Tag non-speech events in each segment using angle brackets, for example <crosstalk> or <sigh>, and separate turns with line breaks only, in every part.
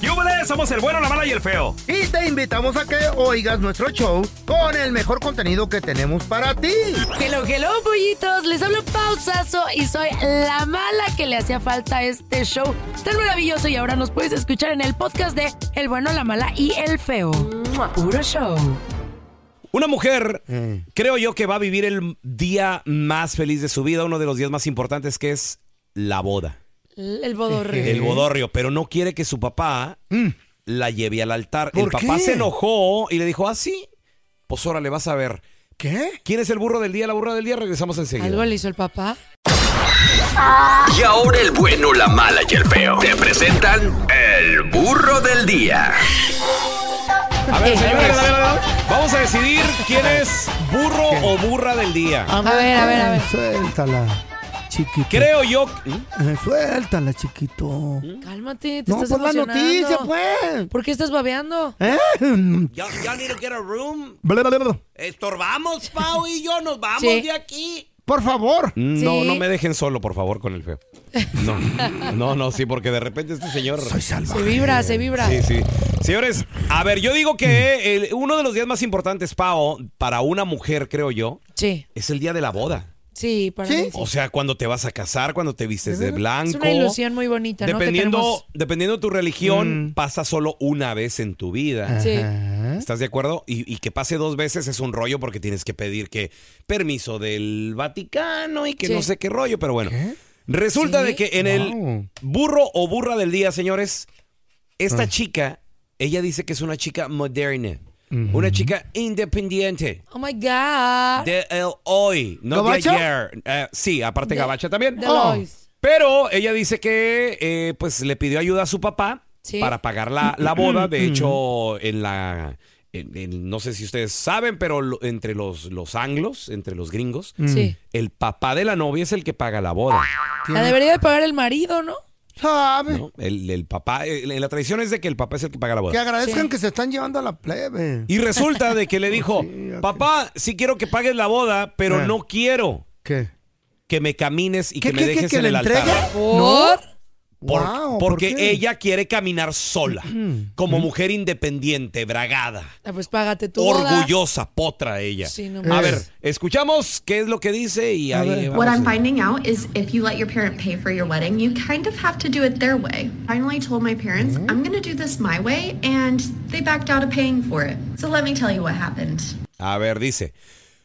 ¡Yúbales! Somos el bueno, la mala y el feo.
Y te invitamos a que oigas nuestro show con el mejor contenido que tenemos para ti.
Hello, hello, pollitos. Les hablo pausazo y soy la mala que le hacía falta a este show tan maravilloso. Y ahora nos puedes escuchar en el podcast de El bueno, la mala y el feo. Puro show.
Una mujer,
Mm.
creo yo que va a vivir el día más feliz de su vida, uno de los días más importantes que es la boda.
El el bodorrio.
El bodorrio, pero no quiere que su papá la lleve al altar. El papá
Mm. qué?
se enojó y le dijo, ah, sí, pues ahora le vas a ver.
¿Qué?
¿Quién es el burro del día? La burra del día, regresamos enseguida.
¿Algo le hizo el papá? Ah.
Y ahora el bueno, la mala y el feo. Te presentan el burro del día.
A ver, señores, vamos a decidir quién es burro o burra del día.
A ver, a ver, a ver.
Suéltala, chiquito.
Creo yo... ¿Mm?
Eh, Suéltala, chiquito.
Oh. Cálmate, te
No,
estás
por la
emocionando.
noticia, pues.
¿Por qué estás babeando?
¿Eh?
Yo, yo need to get a room.
Bla, bla, bla, bla.
Estorbamos, Pau y yo, nos vamos
Sí.
de aquí.
Por favor.
Mm, No,
Sí.
no me dejen solo, por favor, con el feo. No, no, no, sí, porque de repente este señor.
Soy salvaje.
Se vibra, se vibra.
Sí, sí. Señores, a ver, yo digo que el- uno de los días más importantes, Pau, para una mujer, creo yo,
Sí,
es el día de la boda.
sí, para
¿Sí?
mí sí.
O sea, cuando te vas a casar, cuando te vistes de blanco.
Es una ilusión muy bonita, ¿no? Que
Dependiendo,
tenemos-
dependiendo de tu religión, pasa solo una vez en tu vida.
Sí.
Ajá.
¿Estás de acuerdo? Y, y que pase dos veces es un rollo porque tienes que pedir que permiso del Vaticano y que
Sí.
no sé qué rollo, pero bueno. Resulta
Sí.
de que en el
Wow.
burro o burra del día, señores, esta chica, ella dice que es una chica moderna, una chica independiente.
Oh my God.
De el hoy, no
¿Gabacha?
de ayer. Eh, sí, aparte gabacha también.
de
Oh.
Lois.
Pero ella dice que eh, pues le pidió ayuda a su papá
Sí.
para pagar la, la boda.
Mm.
De hecho, en la. en- en- no sé si ustedes saben, pero lo- entre los, los anglos, entre los gringos,
Mm.
Sí.
el papá de la novia es el que paga la boda.
La debería de pagar el marido, ¿no?
¿Sabe?
¿no? El, el papá, el- la tradición es de que el papá es el que paga la
Que
boda.
agradezcan
Sí.
que se están llevando a la plebe.
Y resulta de
<laughs>
que le dijo, papá, sí quiero que pagues la boda, pero
Eh.
no quiero
¿Qué?
que me camines y
¿Qué,
que me
qué, qué,
dejes
que
en
le
el altar.
entrega?
¿Por?
Por-
Wow, ¿por
porque
qué? Mm,
ella quiere caminar sola, como mujer independiente, bragada,
Ah, Pues págate tu boda.
orgullosa, potra ella.
Sí, no
a
más.
ver, escuchamos qué es lo que dice y
A
ahí
ver.
vamos
What I'm
a-
finding out is if you let your parent pay for your wedding, you kind of have to do it their way. Finally told my parents, I'm going to do this my way, and they backed out of paying for it. So let me tell you what happened.
A ver, dice.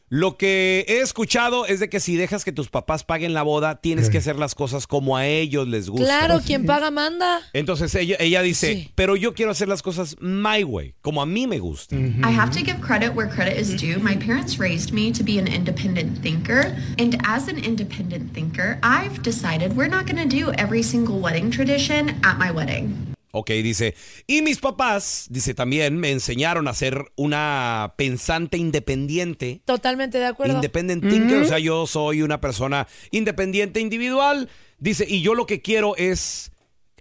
Lo que he escuchado es de que si dejas que tus papás paguen la boda, tienes que hacer las cosas como a ellos les gusta.
Claro, quien paga manda.
Entonces ella, ella dice,
Sí.
pero yo quiero hacer las cosas my way, como a mí me gusta.
I have to give credit where credit is due. My parents raised me to be an independent thinker. And as an independent thinker, I've decided we're not going to do every single wedding tradition at my wedding.
Ok, dice, y mis papás, dice también, me enseñaron a ser una pensante independiente.
Totalmente de acuerdo.
Independent thinker, o sea, yo soy una persona independiente, individual. Dice, y yo lo que quiero es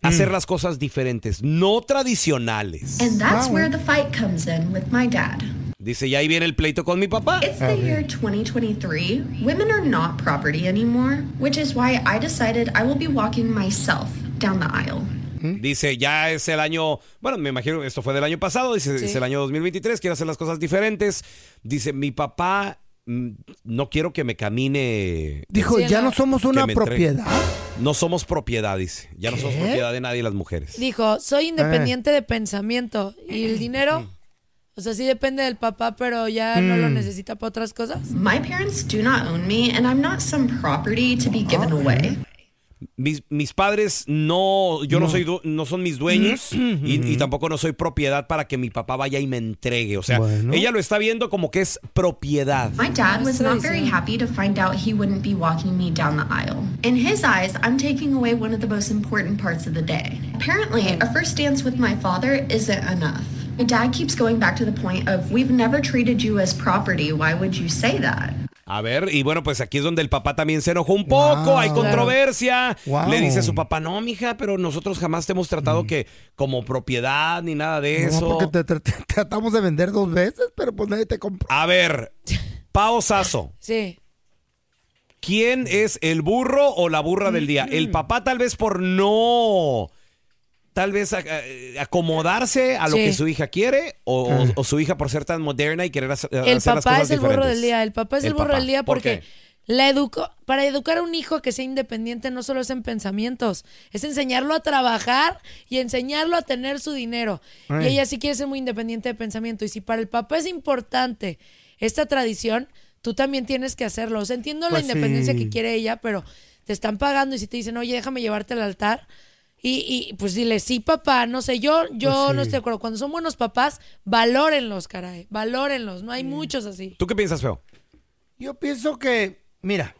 hacer las cosas diferentes, no tradicionales.
And that's where the fight comes in with my dad.
Dice, y ahí viene el pleito con mi papá.
It's the year 2023. Women are not property anymore, which is why I decided I will be walking myself down the aisle.
Dice, ya es el año, bueno, me imagino, esto fue del año pasado, dice,
Sí.
es el año 2023, quiero hacer las cosas diferentes. Dice, mi papá, mm, no quiero que me camine,
Dijo,
Sí,
ya
la-
no somos una
Que me entregue.
propiedad.
no somos propiedad, dice, ya no somos
¿Qué?
propiedad de nadie las mujeres.
Dijo, soy independiente de pensamiento. ¿Y el dinero? O sea, sí depende del papá, pero ya no lo necesita para otras cosas.
My parents do not own me, and I'm not some property to be given away.
Mis, mis padres no, yo no, soy, du- no son mis
<clears throat>
dueños <clears throat> y, y tampoco no soy propiedad para que mi papá vaya y me entregue. O sea,
Bueno.
ella lo está viendo como que es propiedad.
My dad was not very happy to find out he wouldn't be walking me down the aisle. In his eyes, I'm taking away one of the most important parts of the day. Apparently, a first dance with my father isn't enough. My dad keeps going back to the point of, we've never treated you as property. Why would you say that?
A ver, y bueno, pues aquí es donde el papá también se enojó un poco,
Wow.
hay controversia.
Wow.
Le dice a su papá, no, mija, pero nosotros jamás te hemos tratado que como propiedad ni nada de
No,
eso.
porque te, te- te tratamos de vender dos veces, pero pues nadie te compró.
A ver, Pao Sazo,
<laughs> Sí.
¿quién es el burro o la burra del día? El papá tal vez por no, tal vez a- a- acomodarse a lo
Sí.
que su hija quiere o, o- o su hija por ser tan moderna y querer hacer,
El
hacer las
papá
cosas
es el burro
diferentes.
del día. El papá es el, burro
papá.
del día
¿Por qué?
porque la educó, para educar a un hijo que sea independiente no solo es en pensamientos, es enseñarlo a trabajar y enseñarlo a tener su dinero. Y ella sí quiere ser muy independiente de pensamiento. Y si para el papá es importante esta tradición, tú también tienes que hacerlo. O sea, entiendo
Pues
la independencia
sí.
que quiere ella, pero te están pagando y si te dicen, oye, déjame llevarte al altar. Y, y, pues dile, sí, papá, no sé, yo, yo
Pues sí.
no estoy de acuerdo. Cuando son buenos papás, valórenlos, caray, valórenlos. No hay muchos así.
¿Tú qué piensas,
<laughs>
Feo?
Yo pienso que, mira,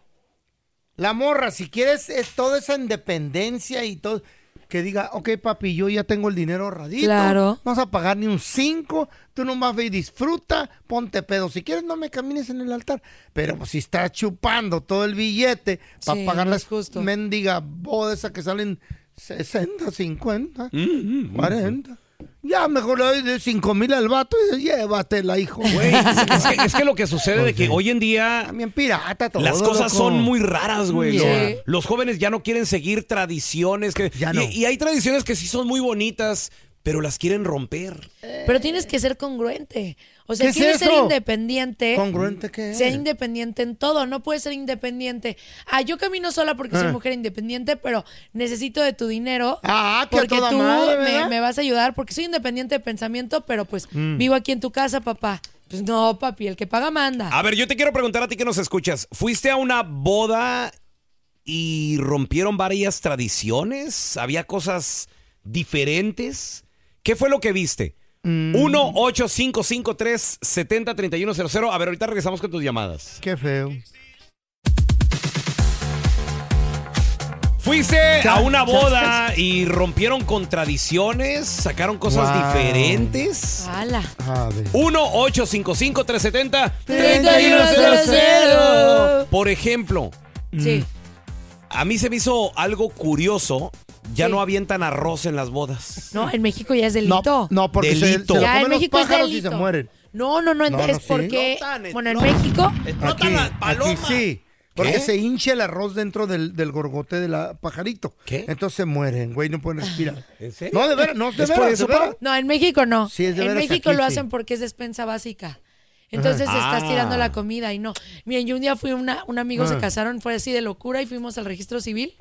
la morra, si quieres es toda esa independencia y todo, que diga, ok, papi, yo ya tengo el dinero ahorradito.
Claro.
No vas a pagar ni un 5, tú nomás ve y disfruta, ponte pedo. Si quieres, no me camines en el altar. Pero pues, si estás chupando todo el billete para
Sí,
pagar
no
las
es justo.
mendigas bodas esas que salen 60, 50,
Mm,
Mm-hmm.
40. Ya mejor le doy de 5 mil al vato y dice, llévatela, hijo.
Güey, es, que, es que lo que sucede de que hoy en día
También pirata todo.
Las cosas
loco.
son muy raras, güey. Lo-
Yeah.
Los jóvenes ya no quieren seguir tradiciones. Que,
Ya
y-
no.
y, hay tradiciones que sí son muy bonitas, pero las quieren romper.
Pero tienes que ser congruente. O sea,
¿Qué es
quieres ser
eso?
independiente.
¿Congruente qué
Sea
es?
independiente en todo. No puedes ser independiente. Ah, yo camino sola porque
Eh.
soy mujer independiente, pero necesito de tu dinero.
Ah, que a
porque
toda
tú
madre,
me,
¿verdad? Mm.
me vas a ayudar porque soy independiente de pensamiento, pero pues vivo aquí en tu casa, papá. Pues no, papi, el que paga manda.
A ver, yo te quiero preguntar a ti que nos escuchas. ¿Fuiste a una boda y rompieron varias tradiciones? ¿Había cosas diferentes? ¿Qué fue lo que viste?
Mm,
1 8553 703100 A ver, ahorita regresamos con tus llamadas.
Qué feo.
Fuiste a una boda y rompieron con tradiciones, sacaron cosas
Wow.
diferentes.
Ala.
A ver.
1-855-370-3100. Por ejemplo, mm,
Sí.
a mí se me hizo algo curioso. Ya
Sí.
no avientan arroz en las bodas.
No, en México ya es delito.
No, no, porque se-
Delito.
se, lo
Ya,
comen
en
los
México es
pájaros y
delito.
se mueren.
No, no, no,
No,
es
no, Ah. sí.
porque.
Explotan,
Bueno, en
explotan.
México.
Explota
Aquí,
la paloma.
aquí sí. Porque se hincha el arroz dentro del, del gorgote del pajarito.
¿Qué?
Entonces se mueren, güey, no pueden respirar.
¿En serio?
No, de veras, no, de
¿Es por
veras,
eso,
de veras.
pa?
No, en México no.
Sí, es de
en
veras
México
aquí,
lo
sí.
hacen porque es despensa básica. Entonces estás
Ah.
tirando la comida y no. Miren, yo un día fui una, un amigo se casaron, fue así de locura y fuimos al registro civil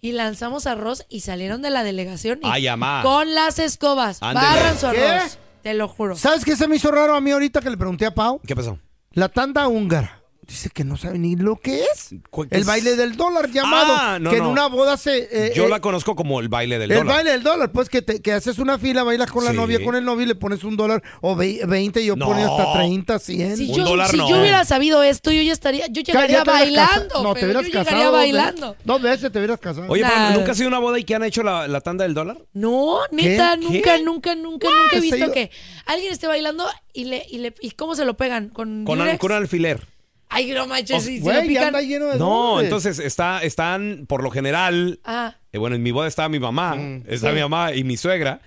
y lanzamos arroz y salieron de la delegación y-
Ay, amá.
con las escobas.
Ándele.
Barran su
¿Qué?
arroz. Te lo juro.
¿Sabes qué se me hizo raro a mí ahorita que le pregunté a Pau?
¿Qué pasó?
La tanda húngara. Dice que no sabe ni lo que es.
¿Cuál que
El
es?
baile del dólar llamado.
Ah, no,
que
no.
en una boda se. eh,
Yo
eh,
la conozco como el baile del
el
dólar.
baile del dólar, pues que, te- que haces una fila, bailas con la
Sí.
novia, con el novio y le pones un dólar o ve- 20, yo
No.
ponía hasta 30, 100.
Si,
Un
yo,
dólar
si
no.
yo hubiera sabido esto, yo ya estaría, yo llegaría
Cállate, hubieras
bailando.
casa- No, te
pero
hubieras
yo
casado.
llegaría
dos veces.
bailando.
Dos veces te hubieras casado.
Oye,
Nah.
pero ¿nunca has ido a una boda y que han hecho la, la tanda del dólar?
No, neta,
¿Qué?
nunca, nunca, nunca, nunca he
¿Has
visto
ido?
que alguien esté bailando y le, y le, y cómo se lo pegan con,
Con,
Durex?
al- con un alfiler.
Ay, no manches, si, si lo
güey, ya
pican.
anda lleno de
No,
dólares.
entonces está, están, por lo general,
Ah,
Eh, bueno, en mi boda estaba mi mamá, estaba mi mamá y mi suegra,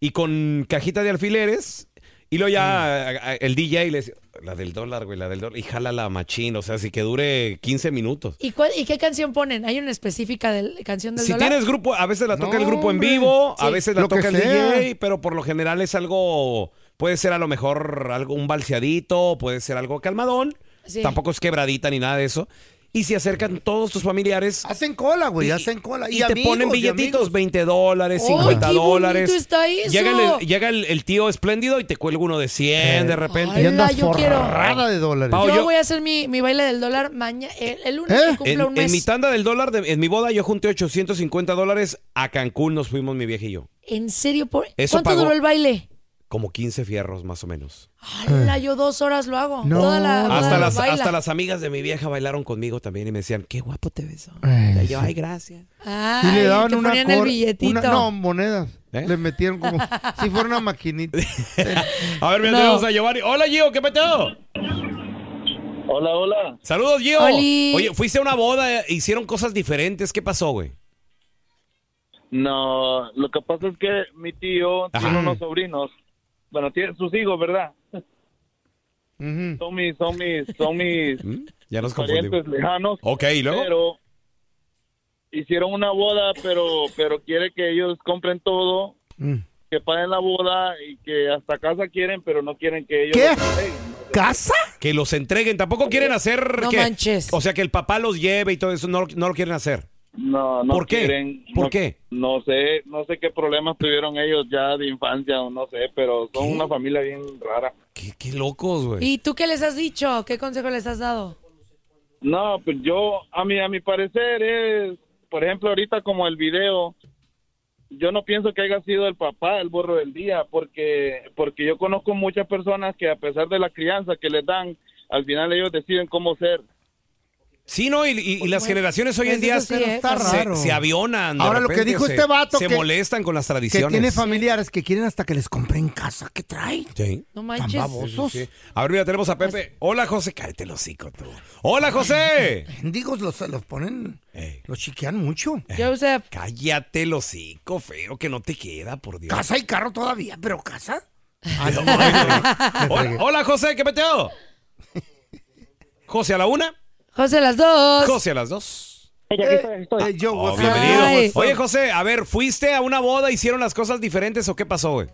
y con cajita de alfileres, y luego ya a- a- el DJ le decía, la del dólar, güey, la del dólar, y jala la machín, o sea, así que dure 15 minutos.
¿y, cuál- y qué canción ponen? ¿Hay una específica de canción del
Si
dólar?
tienes grupo, a veces la toca el
No,
grupo en
hombre.
vivo, a
Sí.
veces la
Lo que
toca el
sea.
DJ, pero por lo general es algo, puede ser a lo mejor algo un balseadito, puede ser algo calmadón,
Sí.
tampoco es quebradita ni nada de eso. y se acercan todos tus familiares.
Hacen cola, güey,
Y-
hacen cola.
Y,
Y,
te
amigos,
ponen
y
billetitos,
amigos.
20 dólares,
¡Ay,
50
qué bonito
dólares.
está eso!
Llega el, llega el- el tío espléndido y te cuelga uno de 100 de repente.
Ay,
Eh. Y andas
Hola, yo quiero.
forrada de dólares.
Pao,
yo,
yo-
voy a hacer mi, mi baile del dólar mañana, el, el lunes
¿Eh?
que cumpla
En,
un mes.
en mi tanda del dólar, de- en mi boda, yo junté 850 dólares. A Cancún nos fuimos mi vieja y yo.
¿En serio? Por...
Eso
¿Cuánto
pagó.
duró el baile?
Como 15 fierros, más o menos.
Hola, yo dos horas lo hago.
Ah. No.
Toda la,
Ah,
Hasta
toda la
las,
baila.
hasta las amigas de mi vieja bailaron conmigo también y me decían, qué guapo te ves. hoy".
Eh,
Y yo, ay, gracias.
Ay,
Y le daban
te
una
ponían el
cor-
billetito.
una- no, monedas.
¿Eh?
Le metieron
<laughs>
como
<laughs>
si fuera una maquinita.
A ver, mira,
No.
tenemos a Giovanni. Hola, Gio, ¿qué peteo?
Hola, hola.
Saludos, Gio.
Oli.
Oye, fuiste a una boda, eh, hicieron cosas diferentes. ¿Qué pasó, güey?
No, lo que pasa es que mi tío tiene
Ajá.
unos sobrinos. Bueno, tiene sus hijos, ¿verdad? Son mis, son mis, son mis
<laughs> ¿Mm? Ya nos confundimos.
parientes lejanos.
Ok, ¿y luego?
Pero hicieron una boda, pero, pero quiere que ellos compren todo,
Mm.
que paguen la boda y que hasta casa quieren, pero no quieren que ellos...
¿Qué?
lo paguen.
¿Casa?
Que los entreguen. Tampoco quieren hacer...
No
que-
manches.
O sea, que el papá los lleve y todo eso. No, no lo quieren hacer.
No, no
¿Por qué?
quieren.
¿Por
no-
qué?
No sé, no sé qué problemas tuvieron ellos ya de infancia o no sé, pero son
¿Qué?
una familia bien rara.
Qué, qué locos, güey.
¿Y tú qué les has dicho? ¿Qué consejo les has dado?
No, pues yo, a mi, a mi parecer es, por ejemplo, ahorita como el video, yo no pienso que haya sido el papá el burro del día, porque, porque yo conozco muchas personas que a pesar de la crianza que les dan, al final ellos deciden cómo ser.
Sí, ¿no? Y, y- y las generaciones hoy en
pues
día
eso sí,
se,
¿eh? Está
se-
raro.
se avionan. de
Ahora, lo
repente,
que dijo
se-
este vato
Se
que-
molestan con las
Que
tradiciones.
tiene familiares que quieren hasta que les compren casa. ¿Qué traen?
Sí.
No
Tan
manches. Pues,
babosos.
Sí. A ver, mira, tenemos a Pepe. Hola, José. Cállate el hocico, tú. Hola, José.
Mendigos los, los ponen,
Ey,
los chiquean mucho.
Joseph,
cállate el hocico, feo, que no te queda, por Dios.
Casa y carro todavía, pero casa.
Hola, hola, José, ¿qué peteo? José a la una,
José, las dos.
José a las dos.
Eh, yo,
Oh,
what's up?
bienvenido.
Ay.
Oye, José, a ver, ¿fuiste a una boda, hicieron las cosas diferentes o qué pasó, güey?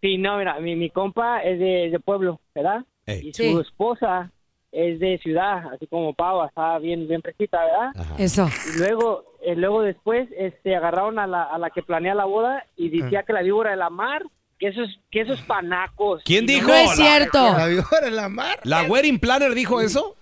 Sí, no, mira, mi, mi compa es de, de pueblo, ¿verdad?
Ey.
Y su
Sí.
esposa es de ciudad, así como Pau, está bien, bien fresquita, ¿verdad?
Ajá.
Eso.
Y luego, eh, luego después este, agarraron a la, a la que planea la boda y
Ah.
decía que la víbora de la mar, que esos, que esos panacos.
¿Quién
Y no-
dijo?
No es
la-
cierto.
La víbora en la mar.
¿La wedding planner dijo eso?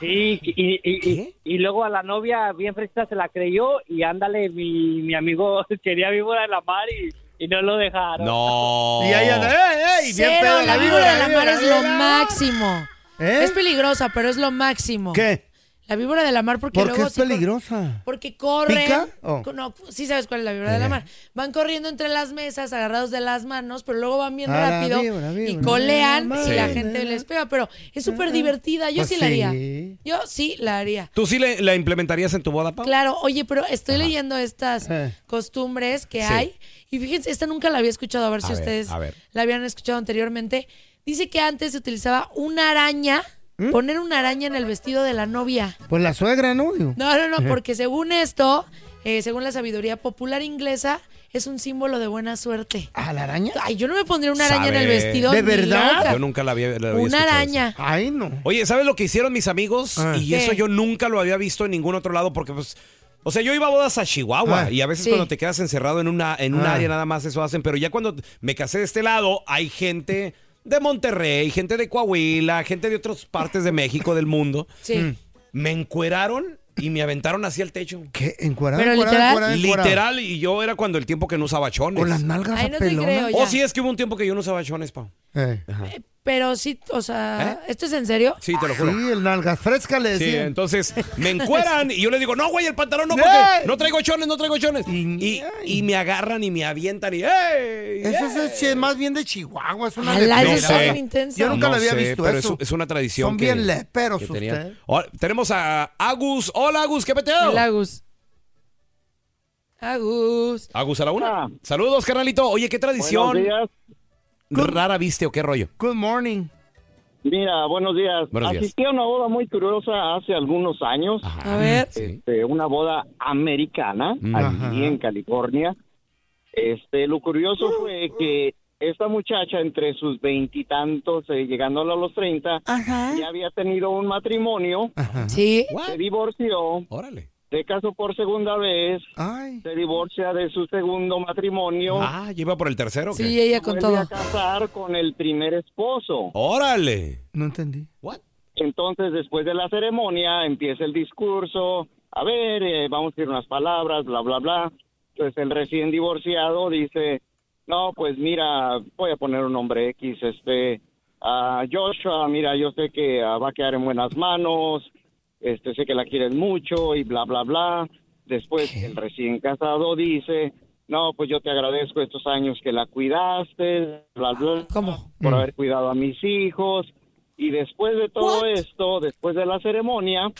Sí, y, y, y, y luego a la novia bien fresca se la creyó y ándale, mi, mi amigo <laughs> quería víbora de la mar y, y no lo dejaron.
No.
Y ahí anda, ¡eh, eh! Y bien
Cero,
pedo,
la víbora de la mar es lo
víbora.
máximo.
¿Eh?
Es peligrosa, pero es lo máximo.
¿Qué?
La víbora de la mar porque
¿Por qué
luego
es
sí cor-
peligrosa?
porque corren.
¿Pica? Oh. Eh.
co- No, sí sabes cuál es la víbora de la mar. Van corriendo entre las mesas, agarrados de las manos, pero luego van bien
Ah, la
rápido
víbora,
y
víbora.
colean
Sí.
y la gente les pega. Pero es súper divertida. Yo
Pues
sí la haría.
sí.
Yo sí la haría.
¿Tú sí le- la implementarías en tu boda, Pau?
Claro, oye, pero estoy leyendo estas
Oh. Eh.
costumbres que
Sí.
hay. Y fíjense, esta nunca la había escuchado, a ver
A
si
ver,
ustedes
a ver.
la habían escuchado anteriormente. Dice que antes se utilizaba una araña,
¿Mm?
poner una araña en el vestido de la novia.
Pues la suegra, ¿no? Digo,
No, no, no, porque según esto, eh, según la sabiduría popular inglesa, es un símbolo de buena suerte.
¿A la araña?
Ay, yo no me pondría una araña en el
Sabe.
vestido.
¿De
ni
verdad?
loca.
Yo nunca la había, la había
Una
escuchado
araña.
Ay, no.
Oye, ¿sabes lo que hicieron mis amigos?
Ah.
Y
¿Qué?
eso yo nunca lo había visto en ningún otro lado porque pues... O sea, yo iba a bodas a Chihuahua
Ah.
y a veces
Sí.
cuando te quedas encerrado en una en un
Ah.
área nada más eso hacen, pero ya cuando me casé de este lado hay gente de Monterrey, gente de Coahuila, gente de otras partes de México, del mundo.
Sí.
Me encueraron y me aventaron hacia el techo.
¿Qué? ¿Encuerada,
Pero
encuerada, encuerada, encuerada?
Literal y yo era cuando el tiempo que no usaba chones.
Con las nalgas
Ay,
a
no te
pelona.
creo.
Oh,
ya.
sí, es que hubo un tiempo que yo no usaba chones, Pau.
Eh.
Pero sí, o sea, ¿esto es en serio?
Sí, te lo juro.
Sí, el nalgas fresca le
Sí,
decían.
entonces me encueran y yo les digo, no, güey, el pantalón no,
¡Ey!
porque no traigo chones, no traigo chones.
Y-
Y, y me agarran y me avientan y ¡ey!
Eso es
¡ey!
el che- más bien de Chihuahua, es una
Ala,
lepera.
eso
No
está
sé.
bien intenso.
Yo nunca
No
lo había
sé,
visto
pero
eso.
Es, es una tradición
Son
que-
bien leperos
que tenía.
ustedes.
Ahora, tenemos a Agus. Hola, Agus, ¿qué peteo?
El Agus. Agus.
Agus a la una. Saludos, carnalito. Oye, ¿qué tradición rara viste o qué rollo?
Good morning.
Mira, buenos días.
Buenos días.
Asistí a una boda muy curiosa hace algunos años,
Ajá,
A ver.
sí.
este, una boda americana
Mm.
Uh.
aquí en California. Este, lo curioso fue que
esta muchacha entre sus veintitantos, eh, llegándole a los treinta, ya había tenido un matrimonio.
Sí.
Se divorció.
Órale.
Se casó por segunda vez. Se divorcia de su segundo matrimonio.
Ah, lleva por el tercero. o qué?
Sí, ella con
Vuelve
todo.
a casar con el primer esposo.
Órale.
No entendí.
Entonces, después de la ceremonia, empieza el discurso. A ver, eh, vamos a decir unas palabras, bla, bla, bla. Entonces, el recién divorciado dice, no, pues mira, voy a poner un nombre X, este, a Joshua, mira, yo sé que ah, va a quedar en buenas manos, este, sé que la quieres mucho y bla, bla, bla. Después, el recién casado dice, no, pues yo te agradezco estos años que la cuidaste, bla, bla,
¿Cómo?
Mm.
por haber cuidado a mis hijos. Y después de todo esto, después de la ceremonia,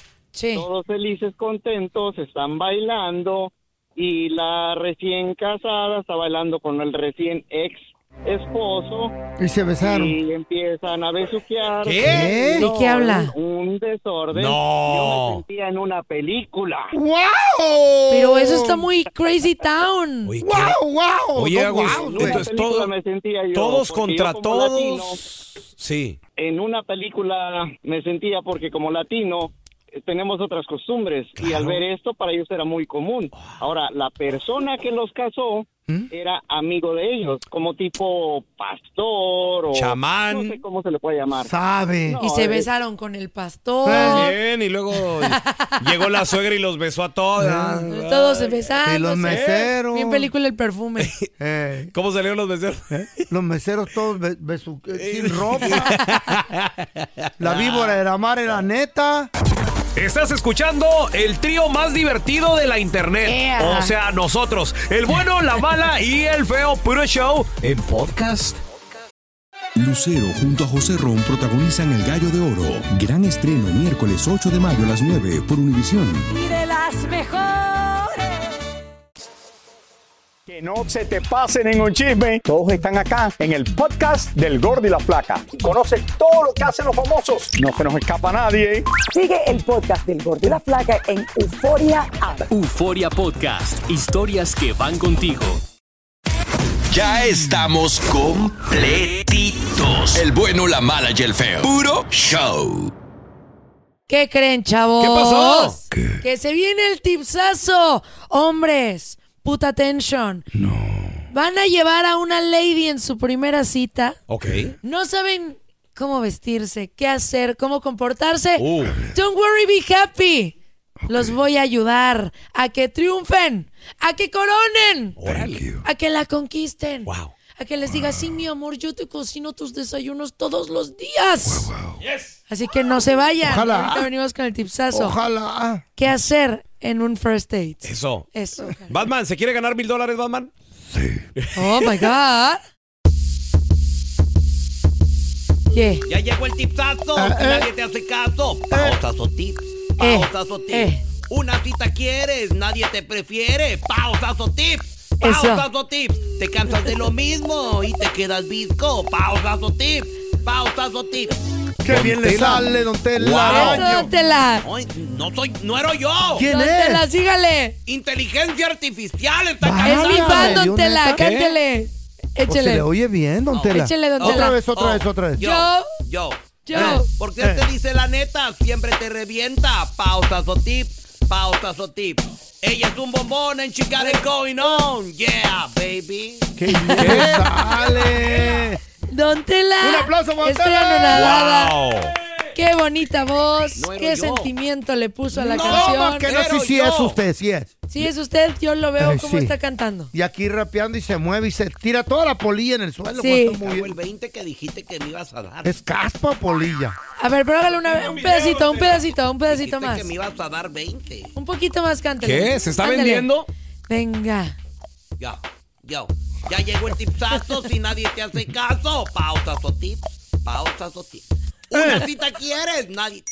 todos felices, contentos, están bailando y la recién casada está bailando con el recién ex esposo
Y se besaron.
y empiezan a besuquear.
¿Qué?
No,
¿De qué habla?
Un, un desorden.
No.
Yo me sentía en una película.
¡Wow!
Pero eso está muy Crazy Town.
Oye,
¡Wow, wow!
Oye, Agus, entonces
película
todo-
me sentía yo,
todos
porque yo
contra
como
todos.
<laughs>
Sí.
en una película me sentía porque como latino eh, tenemos otras costumbres y al ver esto para ellos era muy común. Ahora, la persona que los casó
¿Mm?
era amigo de ellos, como tipo pastor o
Chamán.
no sé cómo se le puede llamar.
Sabe.
No,
Y se
es-
besaron con el pastor.
Bien, y luego llegó la suegra y los besó a todas.
Ah, Todos se besaron.
Y los meseros.
Bien película el
<laughs>
perfume.
Eh,
¿Cómo salieron los besos?
los meseros todos be-
<laughs>
besu- eh, sin ropa. La víbora de la mar era neta.
Estás escuchando el trío más divertido de la internet.
Ea.
O sea, nosotros, el bueno, la mala y el feo puro show.
En podcast. Lucero junto a José Ron protagonizan El Gallo de Oro. Gran estreno miércoles 8 de mayo a las 9 por Univisión.
Y de las mejores.
Que no se te pase ningún chisme. Todos están acá en el podcast del Gordi y la Flaca. Y conoce todo lo que hacen los famosos. No se nos escapa nadie.
Sigue el podcast del Gordo y la Flaca en Euforia App.
Euforia Podcast, historias que van contigo.
Ya estamos completitos. El bueno, la mala y el feo. Puro show.
¿Qué creen, chavos?
¿Qué pasó?
Que se viene el tipsazo. Hombres, puta tension. No. Van a llevar a una lady en su primera cita.
Ok.
No saben cómo vestirse, qué hacer, cómo comportarse.
Uh.
Don't worry, be happy. Los voy a ayudar a que triunfen, a que coronen, a que la conquisten, a que les diga, sí, mi amor, yo te cocino tus desayunos todos los días. Así que no se vayan.
Ojalá.
Ahorita venimos con el tipsazo.
Ojalá.
¿Qué hacer en un first date?
Eso.
Eso.
Batman, ¿se quiere ganar mil dólares, Batman?
Oh my God. ¿Qué?
Ya llegó el tipsazo.
Ah, eh.
Nadie te hace caso. Pausazo tips.
Eh,
Pausazo tips.
eh.
Una cita quieres. Nadie te prefiere. Pausazo tips.
Eso.
Pausazo tips. Te cansas de lo mismo y te quedas visco. Pausazo tips. Pausazo tips.
Qué bien le sale, don
Guau.
Tela.
Eso, Tela.
Ay, no soy, no ero yo.
¿Quién
Don
es?
Tela, sígale.
Inteligencia artificial está
Es mi
cansada.
fan, don
¿yo
Tela.
neta?
Cántele.
Pues se
Échele.
le oye bien, don Tela.
Oh. Échele, don
otra
Tela.
vez, otra
Oh.
vez, otra vez. Eh.
Yo,
yo,
yo.
¿Por qué te dice la neta? Siempre te revienta. Pausas o tip, pausas o tip. Ella es un bombón en Chicago going on. Yeah, baby.
¡Qué bien le
<laughs>
sale!
Don Tela.
Un aplauso, don
Estoy
Tela.
anonadada.
Oh.
Qué bonita voz. qué sentimiento le puso a la
No,
canción.
más que no, sí, sí es usted, sí es.
Si es usted, yo lo veo
Ay,
cómo
sí.
está cantando.
Y aquí rapeando y se mueve y se tira toda la polilla en el suelo.
Sí.
cuando está muy-
el 20 que dijiste que me ibas a dar.
Es caspa o polilla.
A ver, pero hágale una- un pedacito, un pedacito, un pedacito más.
ibas a dar 20.
Un poquito más cántale.
¿Qué? ¿Se está
Ándale.
vendiendo?
Venga.
Yo, yo. Ya llegó el tipsazo si nadie te hace caso. Pausas o tip, pausas o tip.
Eh.
Una cita quieres, nadie.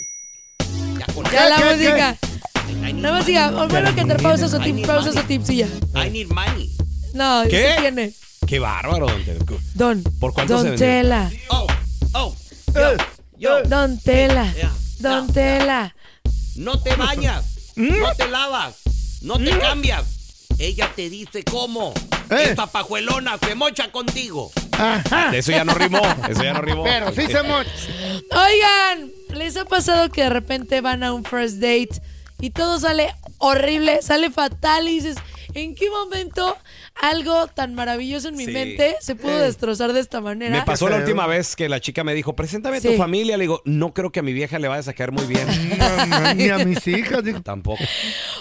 Ya con
Ya la
¿Qué, qué,
música.
qué?
La música. O Bueno, que te pausas o tips, pausas o tips y ya.
I need money.
No,
¿Qué?
¿qué tiene?
Qué bárbaro, don Tela.
Don.
¿Por cuánto se
Don
vendió?
Tela.
Oh, oh, yo,
Eh,
yo.
Don Tela. Don Tela.
No te bañas,
¿Mm?
no te lavas, no te cambias. Ella te dice cómo. Esta pajuelona se mocha contigo.
Eh. Eso ya no rimó. Eso ya no rimó.
Pero sí se mo-
Oigan, ¿les ha pasado que de repente van a un first date y todo sale horrible, sale fatal y dices, ¿en qué momento algo tan maravilloso en mi
Sí.
mente se pudo
Eh.
destrozar de esta manera?
Me pasó la última vez que la chica me dijo, preséntame a tu
Sí.
familia. Le digo, no creo que a mi vieja le vaya a sacar muy bien.
<laughs> ni a
<laughs>
mis
hijas.
Tampoco.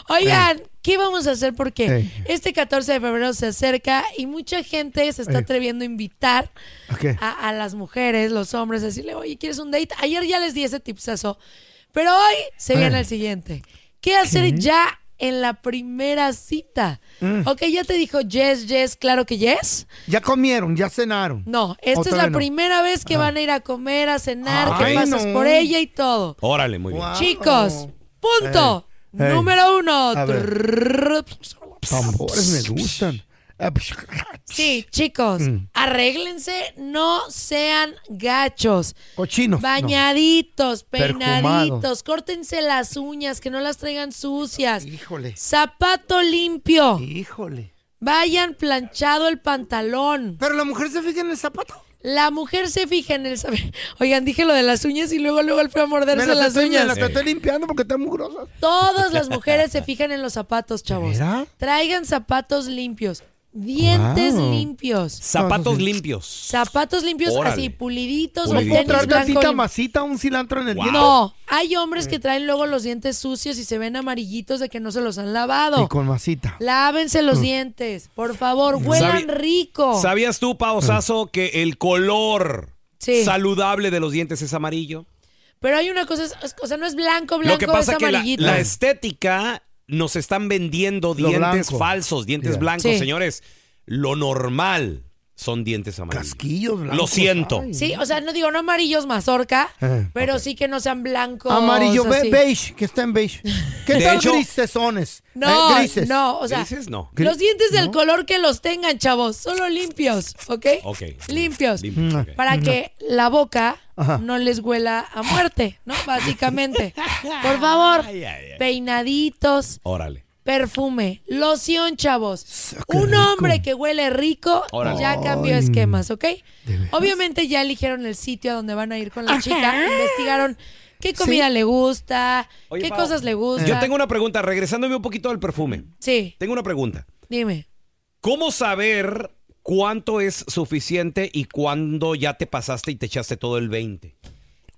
Oigan, ¿qué vamos a hacer? Porque
Ey.
este 14 de febrero se acerca y mucha gente se está
Ey.
atreviendo a invitar
¿A qué?
a, a las mujeres, los hombres, a decirle, oye, ¿quieres un date? Ayer ya les di ese tipsazo, pero hoy se
Ey.
viene el siguiente. ¿Qué hacer ya en la primera cita?
Mm.
Ok, ya te dijo yes, yes, claro que yes.
<laughs> Ya comieron, ya cenaron.
No, esta es
Otra
la
vez no.
primera vez que van a ir a comer, a cenar, que
Ay,
pasas
no.
por ella y todo.
Órale, muy bien.
Chicos, punto
Ey, ey.
número uno.
A ver.
Trrr.
Tambores me gustan. Ah, psh,
Sí, chicos,
Mm.
arréglense, no sean gachos.
Cochinos. no.
Bañaditos, peinaditos,
Perfumados.
córtense las uñas, que no las traigan sucias.
Híjole.
Zapato limpio.
Híjole.
Vayan planchado el pantalón.
Pero la mujer se fija en el zapato.
La mujer se fija en el zapato. <laughs> Oigan, dije lo de las uñas y luego luego él fue a morderse
Me las
las
estoy- me
uñas.
las estoy limpiando porque están mugrosas.
Todas las mujeres se fijan en los zapatos, chavos.
¿Verdad?
Traigan zapatos limpios, dientes
Wow.
limpios.
Zapatos limpios.
Zapatos limpios
Órale.
así, puliditos, o
¿Cómo
tenis
encontrarme así
blanco lim-
masita, un cilantro en el diente?
No, hay hombres que traen luego los dientes sucios y se ven amarillitos de que no se los han lavado.
Y con Mm. masita.
Lávense los dientes, por favor, huelan
Mm. Sabi-
rico.
¿Sabías tú,
Mm.
Pausazo, que el color
Sí.
saludable de los dientes es amarillo?
Pero hay una cosa, es- es- o sea, no es blanco, blanco,
Lo que pasa
es
es que la,
amarillito.
la estética nos están vendiendo dientes
blanco.
falsos, dientes
Ya.
blancos,
Sí.
señores. Lo normal son dientes amarillos. Lo
blancos,
siento.
Sí, o sea, no digo no amarillos mazorca,
Eh,
pero sí que no sean blancos.
Amarillo, be-
así.
beige, que está en beige. ¿Qué
De
tal
hecho-
grisesones?
No,
Eh, grises.
no, o sea,
no.
los dientes del color que los tengan, chavos, solo limpios, ¿ok?
Ok.
Limpios.
Limpios, ok.
Para que la boca
Mm. Ajá.
no les huela a muerte, ¿no? Básicamente. Por favor, peinaditos,
Órale.
perfume, loción, chavos. Un hombre que huele rico
Órale.
ya cambió
Ay.
esquemas, ¿ok? Obviamente ya eligieron el sitio a donde van a ir con la chica, investigaron qué comida le gusta, qué
Pao,
cosas le gustan.
Yo tengo una pregunta, regresándome un poquito al perfume.
Sí,
Tengo una pregunta.
dime.
¿Cómo saber cuánto es suficiente y cuándo ya te pasaste y te echaste todo el 20?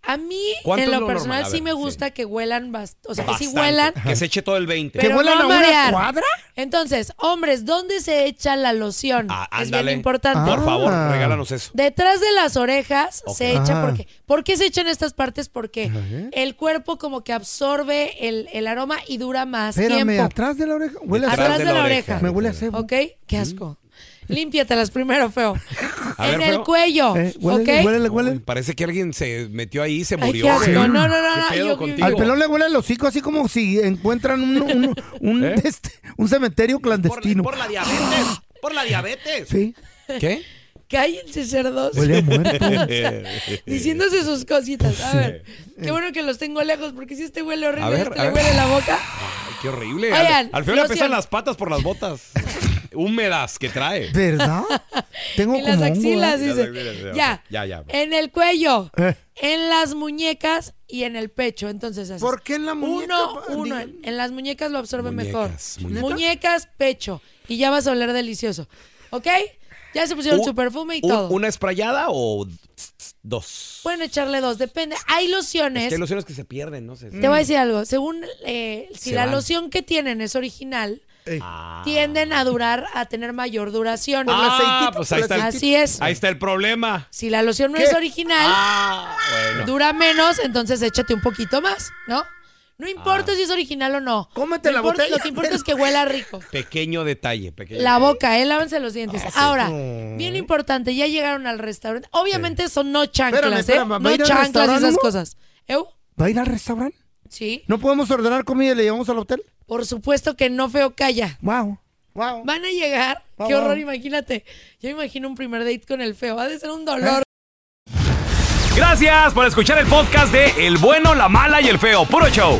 A mí,
¿Cuánto
en
es
lo,
lo
personal,
normal? A
sí
ver,
me
sí.
gusta que huelan, bast- o sea, que sí
Bastante.
huelan,
Que se eche todo el 20.
pero no marear. Entonces, hombres, ¿dónde se echa la loción? es bien
Ándale.
importante.
Ah, Por favor,
Ah.
regálanos eso.
Detrás de las orejas
Ok.
se echa
Ah.
porque. ¿Por qué se echan estas partes? Porque el cuerpo como que absorbe el, el aroma y dura más
Espérame,
tiempo.
atrás de la oreja. Huele a
Atrás
cebo.
de la oreja.
Me huele a cebo.
¿Ok? Qué asco. Límpiatelas primero, feo.
A
en
ver,
el
feo.
cuello.
Eh,
¿Ok?
Uy, Parece que alguien se metió ahí y se
Ay,
murió.
qué asco.
güey.
No, no, no, no,
¿Qué pedo
yo-
contigo?
Al pelón le huele el hocico así como si encuentran un, un, un, este, un cementerio
¿Eh?
clandestino.
Por la diabetes. Por la diabetes.
Sí.
¿Qué?
Cállense, cerdos.
Huele a muerto.
<laughs> Diciéndose sus cositas. A ver, qué bueno que los tengo lejos, porque si este huele horrible,
A ver,
este
a
le
ver.
huele la boca.
Ay, qué horrible.
Oigan,
al, al feo le
loción.
pesan las patas por las
<laughs>
botas. Húmedas que
Pues
trae.
¿Verdad? Tengo
Y las
como hongo,
axilas,
¿eh?
dice. Ya.
Ya, ya.
En el cuello,
Eh.
en las muñecas y en el pecho. Entonces, así.
¿Por qué en la muñeca,
Uno,
pa-
uno. En, en las muñecas lo absorbe
Muñecas,
mejor.
muñecas.
Muñecas, pecho. Y ya vas a oler delicioso. ¿Ok? Ya se pusieron
Un-
su perfume y
un-
todo.
¿Una esprayada o dos?
Pueden echarle dos, depende. Hay lociones.
Es que hay lociones que se pierden, no sé.
Te voy a decir algo. Según eh, si
Mm. Se
la
van.
loción que tienen es original,
Ah.
tienden a durar, a tener mayor duración.
Ah, pues ahí está. el-
Así es.
Ahí está el problema.
Si la loción no
¿Qué?
es original,
Ah.
Bueno.
dura menos, entonces échate un poquito más, ¿no? No importa
Ah.
si es original o no. Cómete
la botella.
Lo que importa es que huela rico.
Pequeño detalle, pequeño.
La boca, ¿eh? Lávense los dientes.
Ah, sí.
Ahora,
Mm.
bien importante, ya llegaron al restaurante. Obviamente son no chanclas,
Espérame, espérame,
¿eh?
¿va a
No
ir al
chanclas y
restaurante
esas
uno?
cosas. ¿Eu?
¿Va a ir al restaurante?
Sí.
¿No podemos ordenar comida y le llevamos al hotel?
Por supuesto que no feo calla.
Wow.
Van a llegar.
Wow,
Qué horror,
wow.
imagínate. Yo me imagino un primer date con el feo. Ha de ser un dolor.
Gracias por escuchar el podcast de El Bueno, la Mala y el Feo. Puro show.